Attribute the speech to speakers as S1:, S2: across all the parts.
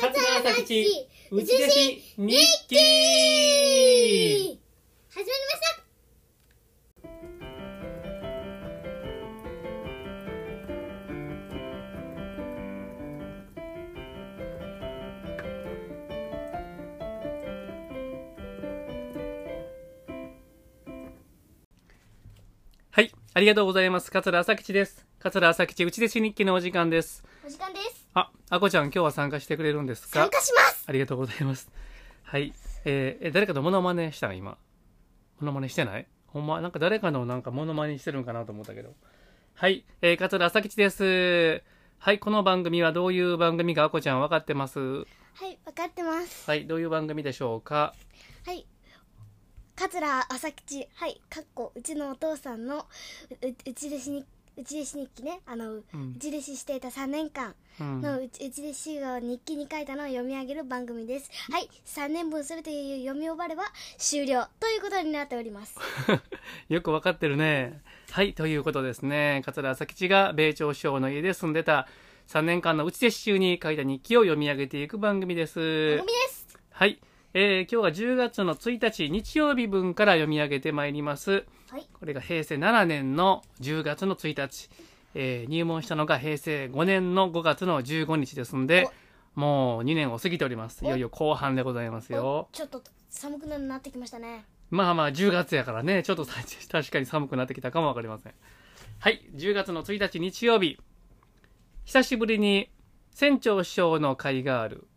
S1: さきち
S2: う
S1: う
S2: ち
S1: ち
S2: で
S1: で
S2: し
S1: し
S2: ミ
S1: ミ
S2: ッ
S1: ッ
S2: キ
S1: キ
S2: ー
S1: 始まりました
S2: はい、ありがとうございます。桂朝吉です。桂朝吉、うちでし日記のお時間です。
S1: お時間です
S2: あ、あこちゃん、今日は参加してくれるんです
S1: 参
S2: か
S1: 加します
S2: ありがとうございます。はい。えーえ、誰かとモノマネしたの今。モノマネしてないほんま、なんか誰かのなんかモノマネしてるんかなと思ったけど。はい。えー、桂朝吉です。はい、この番組はどういう番組かあこちゃん分かってます。
S1: はい分かってます
S2: はい、どういう番組でしょうか
S1: はい桂朝吉はいかっこうちのお父さんのうううちでしにうちでし日記ねあの、う
S2: うん
S1: ちでししていた3年間
S2: うん。
S1: のうち,、うちでしが日記に書いたのを読み上げる番組ですはい3年分すべて読み終われば終了ということになっております
S2: よくわかってるね。はい、ということですね。桂朝吉が米朝首相の家で住んでた3年間の内接中に書いた日記を読み上げていく番組です
S1: 番組。です
S2: はい。えー今日は10月の1日日曜日分から読み上げてまいります。
S1: はい
S2: これが平成7年の10月の1日。えー入門したのが平成5年の5月の15日ですんで、もう2年を過ぎております。いよいよ後半でございますよ
S1: お。ちょっと寒くなってきましたね
S2: まあまあ10月やからね、ちょっとさ確かに寒くなってきたかもわかりません。はい、10月の1日日曜日。久しぶりに船長師匠の会がある。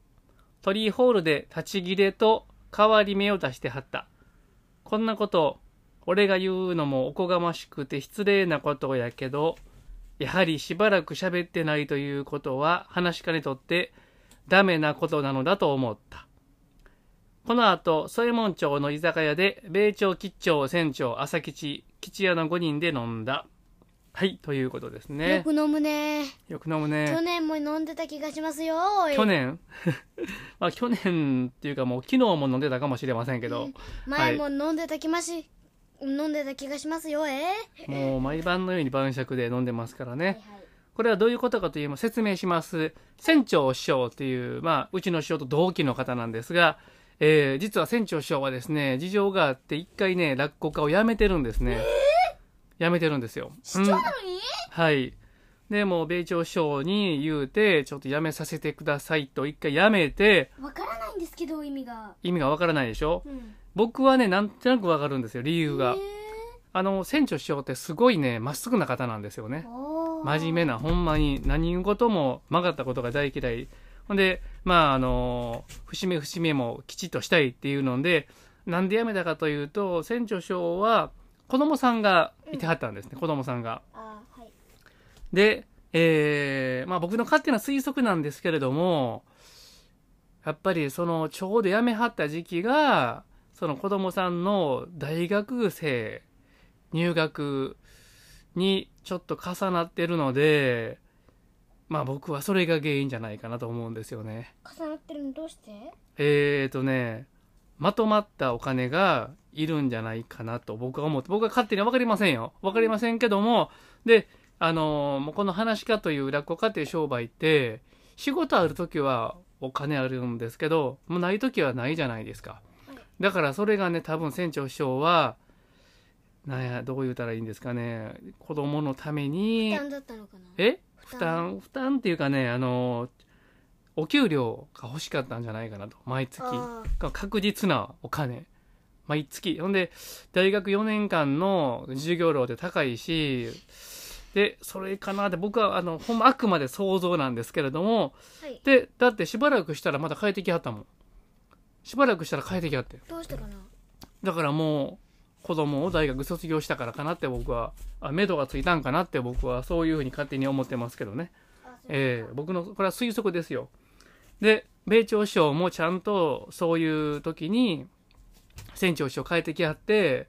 S2: 鳥居ホールで立ち切れと変わり目を出してはった。こんなこと、俺が言うのもおこがましくて失礼なことやけど、やはりしばらく喋ってないということは、話し家にとってダメなことなのだと思った。この後、添門町の居酒屋で、米朝吉兆船長朝吉、吉屋の5人で飲んだ。はい、ということです
S1: よ
S2: ね。
S1: く飲むね
S2: よく飲む
S1: 去
S2: ね。
S1: 年も飲んでた気がしますよおい
S2: 去年 まあ去年っていうかもう昨日も飲んでたかもしれませんけど、
S1: 前も飲んでた気まし、飲んでた気がしますよえ
S2: もう毎晩のように晩酌で飲んでますから
S1: はい
S2: ね。これはどういうことかというのを説明します。船長師匠っていう、まあ、うちの師匠と同期の方なんですが、えー実は船長師匠はですね、事情があって一回ね、落語家を辞めてるんですね。辞めてるんですよ。
S1: 市長
S2: うん
S1: なのに、
S2: はい。で、もう米朝師匠に言うて、ちょっと辞めさせてくださいと一回辞めて、
S1: わからないんですけど意味が
S2: 意味がわからないでしょ
S1: うん
S2: 僕はね、なんとなくわかるんですよ、理由が
S1: へ。
S2: あの、船長師匠ってすごいね、まっすぐな方なんですよね
S1: ー。おー
S2: 真面目な、ほんまに何事も曲がったことが大嫌い。ほんで、まあ、あの、節目節目もきちっとしたいっていうので、なんで辞めたかというと、船長師匠は子供さんがいてはったんですね、子供さんが。
S1: あーはい
S2: で、えーまあ僕の勝手な推測なんですけれども、やっぱりそのちょうど辞めはった時期が、その子供さんの大学生入学にちょっと重なってるので、まあ僕はそれが原因じゃないかなと思うんですよね。
S1: 重なってるのどうして
S2: えーとね、まとまったお金がいるんじゃないかなと僕は思って、僕は勝手には分かりませんよ。分かりませんけども、で、あのーもうこの話し家という落語家という商売って、仕事ある時はお金あるんですけど、もうない時はないじゃないですか
S1: はい。
S2: だからそれがね、多分船長師匠は、なんや、どう言うたらいいんですかね、子供のために
S1: 負、担だったのかな
S2: え
S1: 負
S2: 負
S1: 担
S2: 担負担っていうかねあのお給料が欲しかったんじゃないかなと毎月
S1: あー
S2: 確実なお金毎月ほんで大学4年間の授業料って高いしでそれかなって僕はあのほんまあくまで想像なんですけれども
S1: はい
S2: でだってしばらくしたらまた帰ってきはったもんしばらくしたら帰ってきはって
S1: どうしてかな
S2: だからもう子供を大学卒業したからかなって僕はあ目処がついたんかなって僕はそういうふうに勝手に思ってますけどね
S1: あそう
S2: ええ僕のこれは推測ですよ。で米朝首相もちゃんとそういう時に船長首相帰ってきはって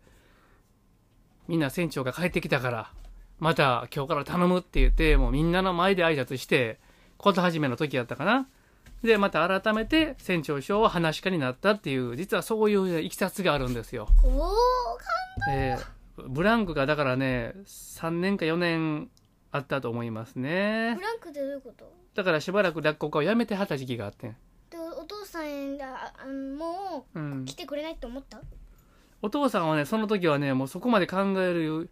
S2: みんな船長が帰ってきたからまた今日から頼むって言ってもうみんなの前で挨拶して事始めの時やったかな。でまた改めて船長首相は話し家になったっていう実はそういういきさつがあるんですよ。
S1: おー
S2: ええブランクがだからね3年か4年あったと思いますね
S1: ブ。ランクってどういうこと
S2: だからしばらく落語家をやめてはった時期があってん
S1: でおお父さんがあも
S2: う
S1: うん来てくれないって思った
S2: お父さんはねその時はねもうそこまで考える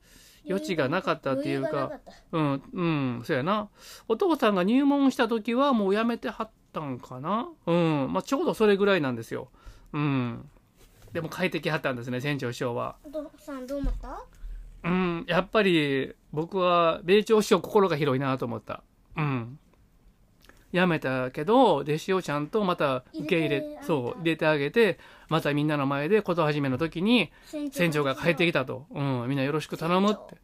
S2: 余地がなかったっていうか
S1: 余裕がなった
S2: うんうんそうやなお父さんが入門した時はもう辞めてはったんかなうんまあちょうどそれぐらいなんですようんでも帰ってきはったんですね船長師匠は
S1: お父さんどう思った
S2: うんやっぱり僕は米朝師匠心が広いなと思ったうん辞めたけど弟子をちゃんとまた受け入れ
S1: 入れてあげた
S2: そう入れてあげてまたみんなの前で事始めの時に船長が帰ってきたと、うん、みんなよろしく頼むって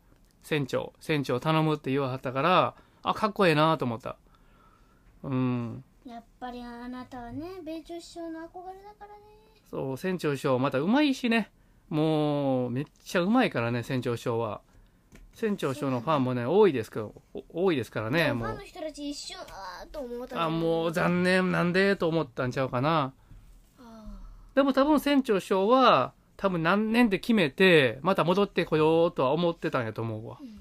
S2: 船長船長頼むって言わはったからあかっこええなと思ったうん
S1: やっぱりあなたはね米朝首相の憧れだからね
S2: そう船長師匠またうまいしねもうめっちゃうまいからね船長師匠は船長師匠のファンもね多いですけどお多いですからね
S1: フ
S2: も
S1: ァン
S2: う
S1: の人たち一緒だと思った
S2: あもう残念なんでと思ったんちゃうかな
S1: あ
S2: でも多分船長師匠は多分何年で決めてまた戻ってこようとは思ってたんやと思うわ、
S1: うん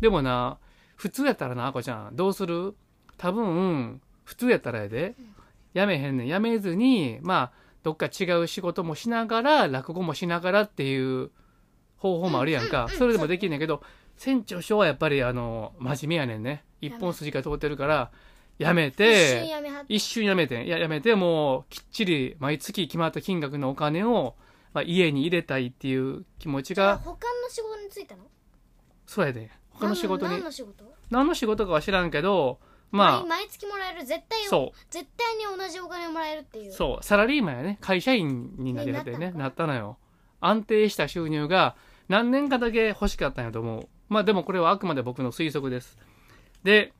S2: でもな普通やったらなあこちゃんどうする多分普通やったらやで、やめへんねんやめずにまあどっか違う仕事もしながら落語もしながらっていう方法もあるやんか、
S1: うんうんうん
S2: それでもできんねんけど船長師匠はやっぱりあの真面目やねんね一本筋が通ってるからやめ
S1: あ
S2: て
S1: 一瞬やめはった
S2: 一瞬やめてんいややめてもうきっちり毎月決まった金額のお金を、まあ、家に入れたいっていう気持ち
S1: じゃあ
S2: が
S1: 他の仕事に就いたの
S2: そうやで他の仕事
S1: 何
S2: に
S1: の仕事
S2: 何の仕事かは知らんけど
S1: 毎
S2: まあ
S1: 毎月もらえる絶対
S2: そ
S1: 絶対に同じお金もらえるっていうう
S2: そうサラリーマンやね会社員になりがてね
S1: ね
S2: な
S1: な
S2: っ
S1: った
S2: のよ安定した収入が何年かだけ欲しかったんやと思うまあでもこれはあくまで僕の推測ですで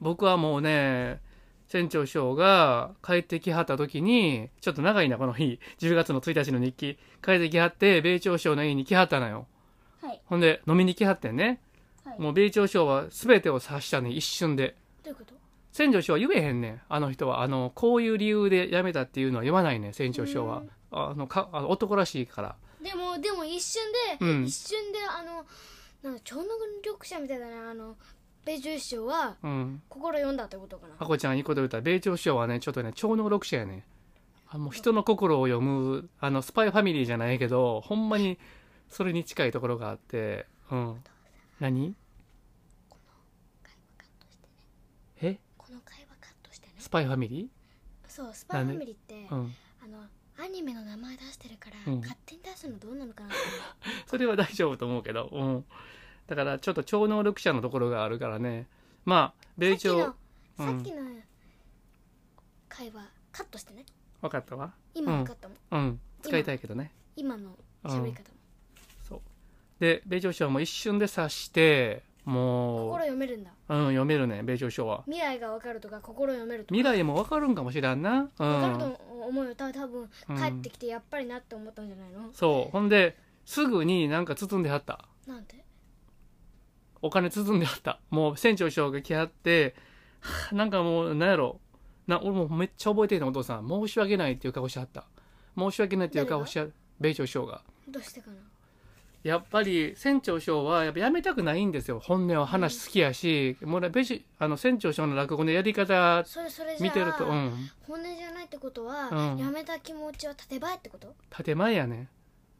S2: 僕はもうね船長師匠が帰ってきはった時にちょっと長いなこの日10月の1日の日記帰ってきはって米朝師匠の家に来はったのよ
S1: はい
S2: ほんで飲みに来はってんね
S1: はいど
S2: もう米朝師匠は全てを察したね一瞬で
S1: ういうこと
S2: 船長師匠は言えへんねんあの人はあのこういう理由で辞めたっていうのは言わないねん船長師匠は
S1: うん
S2: あのかあの男らしいから
S1: でもでも一瞬で、
S2: うん
S1: 一瞬であのなんか超能力者みたいだねあの米中首相は
S2: うん
S1: 心読んだってことかな
S2: あこちゃんいいこと言った米朝師匠はねちょっとね超能力者やねんあもう人の心を読むあのスパイファミリーじゃないけどほんまにそれに近いところがあってうん何え
S1: この会話カットしてね
S2: スパイファミリ
S1: そうスパイファミリーって、
S2: ーうん
S1: あのアニメの名前出してるから、
S2: うん
S1: 勝手に出すのどうなのかなって
S2: それは大丈夫と思うけどうんだからちょっと超能力者のところがあるからねまあ米朝
S1: さっきの、
S2: うん
S1: さっきの会話カットしてね
S2: 分かったわ
S1: 今のカットも、
S2: うん使いたいけどね
S1: 今の喋り方も、
S2: そうで米朝師匠も一瞬で察しても
S1: 心読めるんだ
S2: う、うん、読めるね米朝師匠は
S1: 未来が分かるとか心読めるとか
S2: 未来も分かるんかもしらんなう
S1: 分かると
S2: ん
S1: 思うよた多分
S2: うん
S1: 帰ってきてやっぱりなって思ったんじゃないの、
S2: そうほんですぐになんか包んではった
S1: なんて
S2: お金包んではったもう船長師匠が来はって はあなんかもうなんやろな俺もうめっちゃ覚えてるのお父さん申し訳ないっていう顔しはった申し訳ないっていう顔しは米朝師匠が
S1: どうしてかな
S2: やっぱり船長師匠はやっぱやめたくないんですよ本音は話好きやし、もうねべしあの船長師匠の落語のやり方
S1: それそれじゃあ
S2: 見てるとうん
S1: 本音じゃないってことは、
S2: うん
S1: やめた気持ちは建前ってこと
S2: 建前やね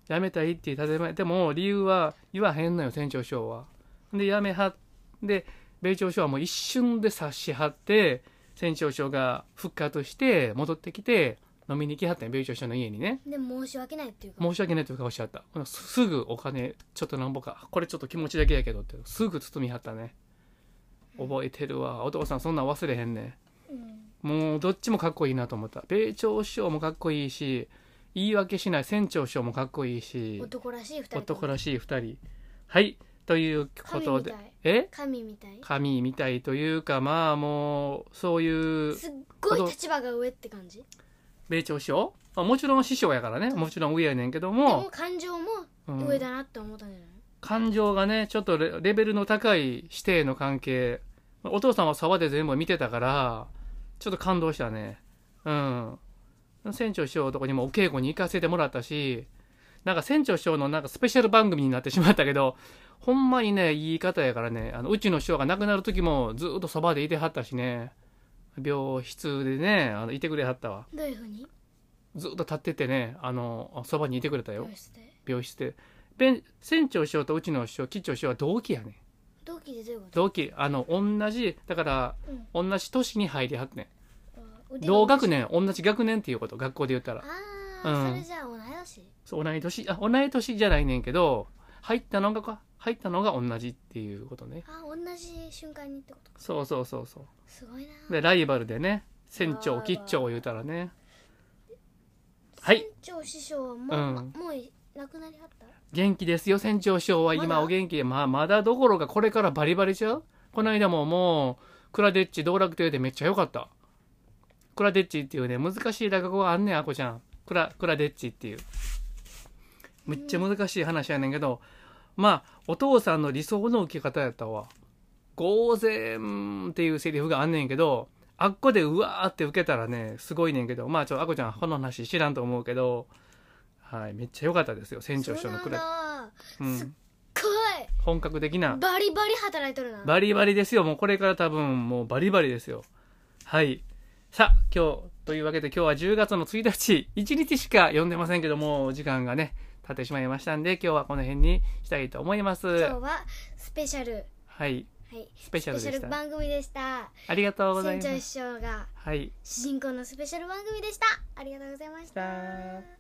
S2: やめたいっていう建前でも理由は言わへんのよ船長師匠はでやめはで米朝師匠はもう一瞬で察しはって船長師匠が復活して戻ってきて飲みに来はったんよ米朝師匠の家にね
S1: でも申し訳ないっていうか
S2: 申し訳ないという顔しちゃったほなすすぐお金ちょっとなんぼかこれちょっと気持ちだけやけどってすぐ包みはったね覚えてるわお父さんそんなん忘れへんね
S1: うん
S2: もうどっちもかっこいいなと思った米朝師匠もかっこいいし言い訳しない船長師匠もかっこいいし
S1: 男らしい二人
S2: 男らしい2人はいというこ
S1: 神
S2: と
S1: み
S2: で
S1: たい
S2: え
S1: 神みたい
S2: 神みたいというかまあもうそういう
S1: すっごい立場が上って感じ
S2: 米朝師匠まあもちろん師匠やからねもちろん上やねんけど
S1: でも
S2: も、
S1: 感情も
S2: うん
S1: 上だなって思ったんじゃない、
S2: 感情がねちょっとレレベルの高い師弟の関係お父さんは沢で全部見てたからちょっと感動したねうん船長師匠のとこにもお稽古に行かせてもらったしなんか船長師匠のなんかスペシャル番組になってしまったけどほんまにね言い方やからねあのうちの師匠が亡くなる時もずっとそばでいてはったしね病室でねあのいてくれはったわ
S1: どういうふうに
S2: ずっと立っててねあのそばにいてくれたよ
S1: 教室で
S2: 病室でべん船長師匠とうちの師匠吉長師匠は同期やね
S1: 同期でどういうこと
S2: 同期あの同じだから
S1: うん
S2: 同じ年に入りはってね
S1: あー腕が
S2: 同学年同じ学年っていうこと学校で言ったら
S1: ああ、
S2: うん
S1: それじゃあ同い年
S2: そう同い年あ同い年じゃないねんけど入ったのが入ったのが同じっていうことね
S1: あー同じ瞬間にってことか
S2: そうそうそうそ
S1: すごいな
S2: うでライバルでね船長吉長言うたらねはい
S1: 船長師
S2: う
S1: 匠も、
S2: ん
S1: まもういなくなりはった
S2: 元気ですよ船長師匠は
S1: ま
S2: 今
S1: だ
S2: お元気でまあまだどころかこれからバリバリちゃうこの間ももうクラデッチ道楽亭でめっちゃ良かったクラデッチっていうね難しい落語があんねんあこちゃんクラクラデッチっていうめっちゃ難しい話やねんけど、まあお父さんの理想の受け方やったわ偶然っていうセリフがあんねんけどあっこでうわーって受けたらねすごいねんけどまあちょあこちゃんこの話知らんと思うけどはいめっちゃ良かったですよ船長師匠の
S1: そう
S2: ク
S1: な
S2: ラ
S1: んだ
S2: うん
S1: すっご
S2: 本格的ない
S1: バリバリ働いとるな
S2: バリバリですよもうこれから多分もうバリバリですよはいさあ今日というわけで今日は10月の1日1日しか読んでませんけどもう時間がね経ってしまいましたんで今日はこの辺にしたいと思います
S1: 今日はスペシャル
S2: はい
S1: はい
S2: スペシャルでした
S1: 番組でした
S2: ありがとうござい
S1: 船
S2: ます
S1: 長師匠が
S2: はい
S1: 主人公のスペシャル番組でしたありがとうございまし
S2: さ
S1: た
S2: あ